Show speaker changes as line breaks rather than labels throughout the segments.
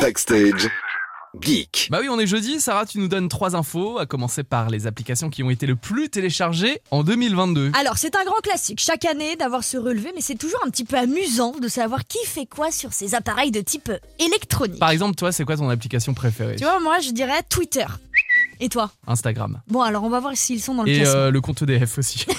Backstage Geek.
Bah oui, on est jeudi. Sarah, tu nous donnes trois infos, à commencer par les applications qui ont été le plus téléchargées en 2022.
Alors, c'est un grand classique chaque année d'avoir ce relevé, mais c'est toujours un petit peu amusant de savoir qui fait quoi sur ces appareils de type électronique.
Par exemple, toi, c'est quoi ton application préférée
Tu vois, moi, je dirais Twitter. Et toi
Instagram.
Bon, alors, on va voir s'ils sont dans le
Et
classement.
euh, le compte EDF aussi.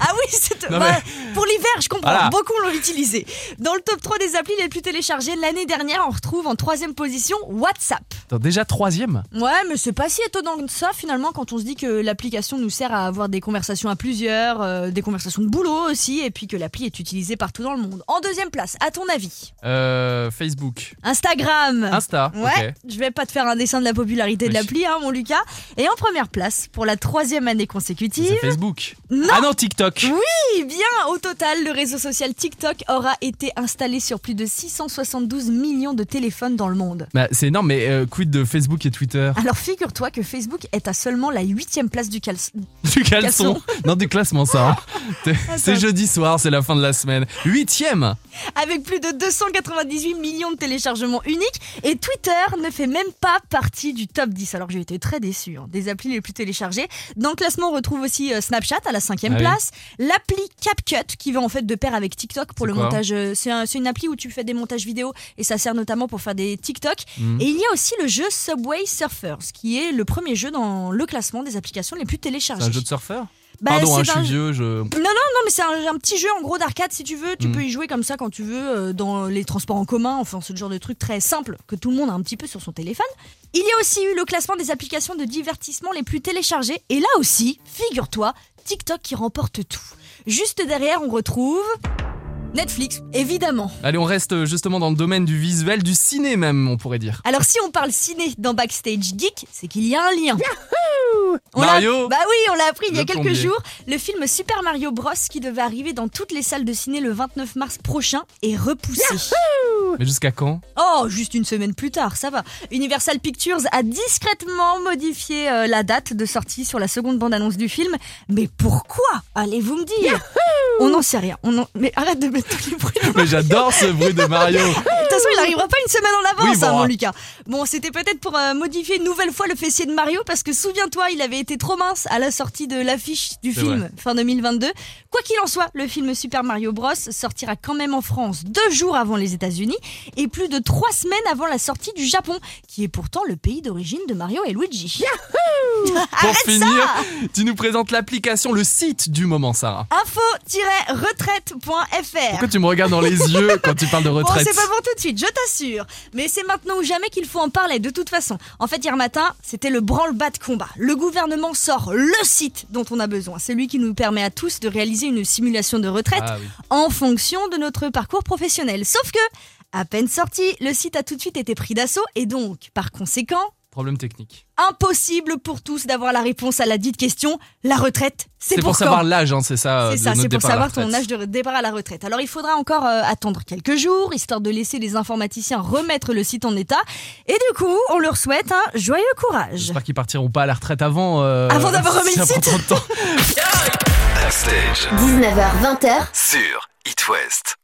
Ah oui, c'est...
Non,
bah,
mais-
pour l'hiver, je comprends.
Voilà.
Beaucoup l'ont utilisé. Dans le top 3 des applis les plus téléchargées l'année dernière, on retrouve en troisième position WhatsApp.
Attends, déjà troisième
Ouais, mais c'est pas si étonnant que ça finalement quand on se dit que l'application nous sert à avoir des conversations à plusieurs, euh, des conversations de boulot aussi, et puis que l'appli est utilisée partout dans le monde. En deuxième place, à ton avis,
Euh, Facebook.
Instagram.
Insta.
Ah. Ouais,
ok.
je vais pas te faire un dessin de la popularité de
Ah. Oui.
l'appli, hein, mon Lucas. Et en première place, pour la troisième année
C'est
consécutive,
Facebook.
Non.
Ah non, TikTok.
Oui. eh bien, au total, le réseau social TikTok aura été installé sur plus de 672 millions de téléphones dans le monde.
Bah, c'est énorme, mais euh, quid de Facebook et Twitter
Alors figure-toi que Facebook est à seulement la huitième place du, calce-
Du caleçon. non, du classement, ça. hein. c'est
Attends.
jeudi soir, c'est la fin de la semaine. Huitième
avec plus de 298 millions de téléchargements uniques et Twitter ne fait même pas partie du top 10. Alors j'ai été très déçue hein, des applis les plus téléchargées. Dans le classement, on retrouve aussi euh, Snapchat à la cinquième
Ah oui.
place, l'appli CapCut qui va en fait de pair avec TikTok pour
C'est
le
quoi
montage. euh, C'est un- c'est une appli où tu fais des montages vidéo et ça sert notamment pour faire des TikTok.
Hmm.
Et il y a aussi le jeu Subway Surfers qui est le premier jeu dans le classement des applications les plus téléchargées.
C'est un jeu de surfeur
Bah,
Pardon, hein,
c'est
je
un-
suis vieux, je.
non, mais c'est un, un petit jeu en gros d'arcade si tu veux. Tu
Mm.
peux y jouer comme ça quand tu veux euh, dans les transports en commun. Enfin, ce genre de truc très simple que tout le monde a un petit peu sur son téléphone. Il y a aussi eu le classement des applications de divertissement les plus téléchargées. Et là aussi, figure-toi, TikTok qui remporte tout. Juste derrière, on retrouve Netflix, évidemment.
Allez, on reste euh, justement dans le domaine du visuel, du ciné même, on pourrait dire.
Alors si on parle ciné dans Backstage Geek, c'est qu'il y a un lien. On l'a-
Mario
Bah oui, on l'a appris il y a
Le
quelques
plombier.
jours. Le film Super Mario Bros qui devait arriver dans toutes les salles de ciné le 29 mars prochain est repoussé.
Mais jusqu'à quand
Oh, juste une semaine plus tard, ça va. Universal Pictures a discrètement modifié euh, la date de sortie sur la seconde bande-annonce du film. Mais pourquoi Allez-vous me dire On n'en sait rien. On en- Mais arrête de mettre tous les bruits.
Mais j'adore ce bruit de Mario
De toute façon, il n'arrivera pas une semaine en avance,
Mmh. Oui, bon,
hein, mon
hein.
Lucas. Bon, c'était peut-être pour euh, modifier une nouvelle fois le fessier de Mario, parce que souviens-toi, il avait été trop mince à la sortie de l'affiche du
C'est
film
vrai.
fin 2022. Quoi qu'il en soit, le film Super Mario Bros sortira quand même en France deux jours avant les États-Unis et plus de trois semaines avant la sortie du Japon, qui est pourtant le pays d'origine de Mario et Luigi.
Pour finir, tu nous présentes l'application, le site du moment, Sarah.
Info-retraite.fr.
Pourquoi tu me regardes dans les yeux quand tu parles de
Bon,
retraite
c'est pas pour tout de suite, je t'assure. Mais c'est maintenant ou jamais qu'il faut en parler, de toute façon. En fait, hier matin, c'était le branle-bas de combat. Le gouvernement sort le site dont on a besoin, celui qui nous permet à tous de réaliser une simulation de retraite
Ah oui.
en fonction de notre parcours professionnel. Sauf que, à peine sorti, le site a tout de suite été pris d'assaut et donc, par conséquent,
Problème technique.
impossible pour tous d'avoir la réponse à la dite question. La retraite,
C'est
c'est pour,
pour
quand
savoir l'âge, hein, c'est ça. euh,
c'est
de
ça,
notre
c'est pour
départ à la
savoir ton
retraite.
âge de départ à la retraite. Alors il faudra encore euh, attendre quelques jours, histoire de laisser les informaticiens remettre le site en état. Et du coup, on leur souhaite un joyeux courage.
J'espère qu'ils partiront pas à la retraite avant. euh,
Avant d'avoir remis le
ça prend
site.
trop de temps.
Backstage
19h, 20h,
sur It West.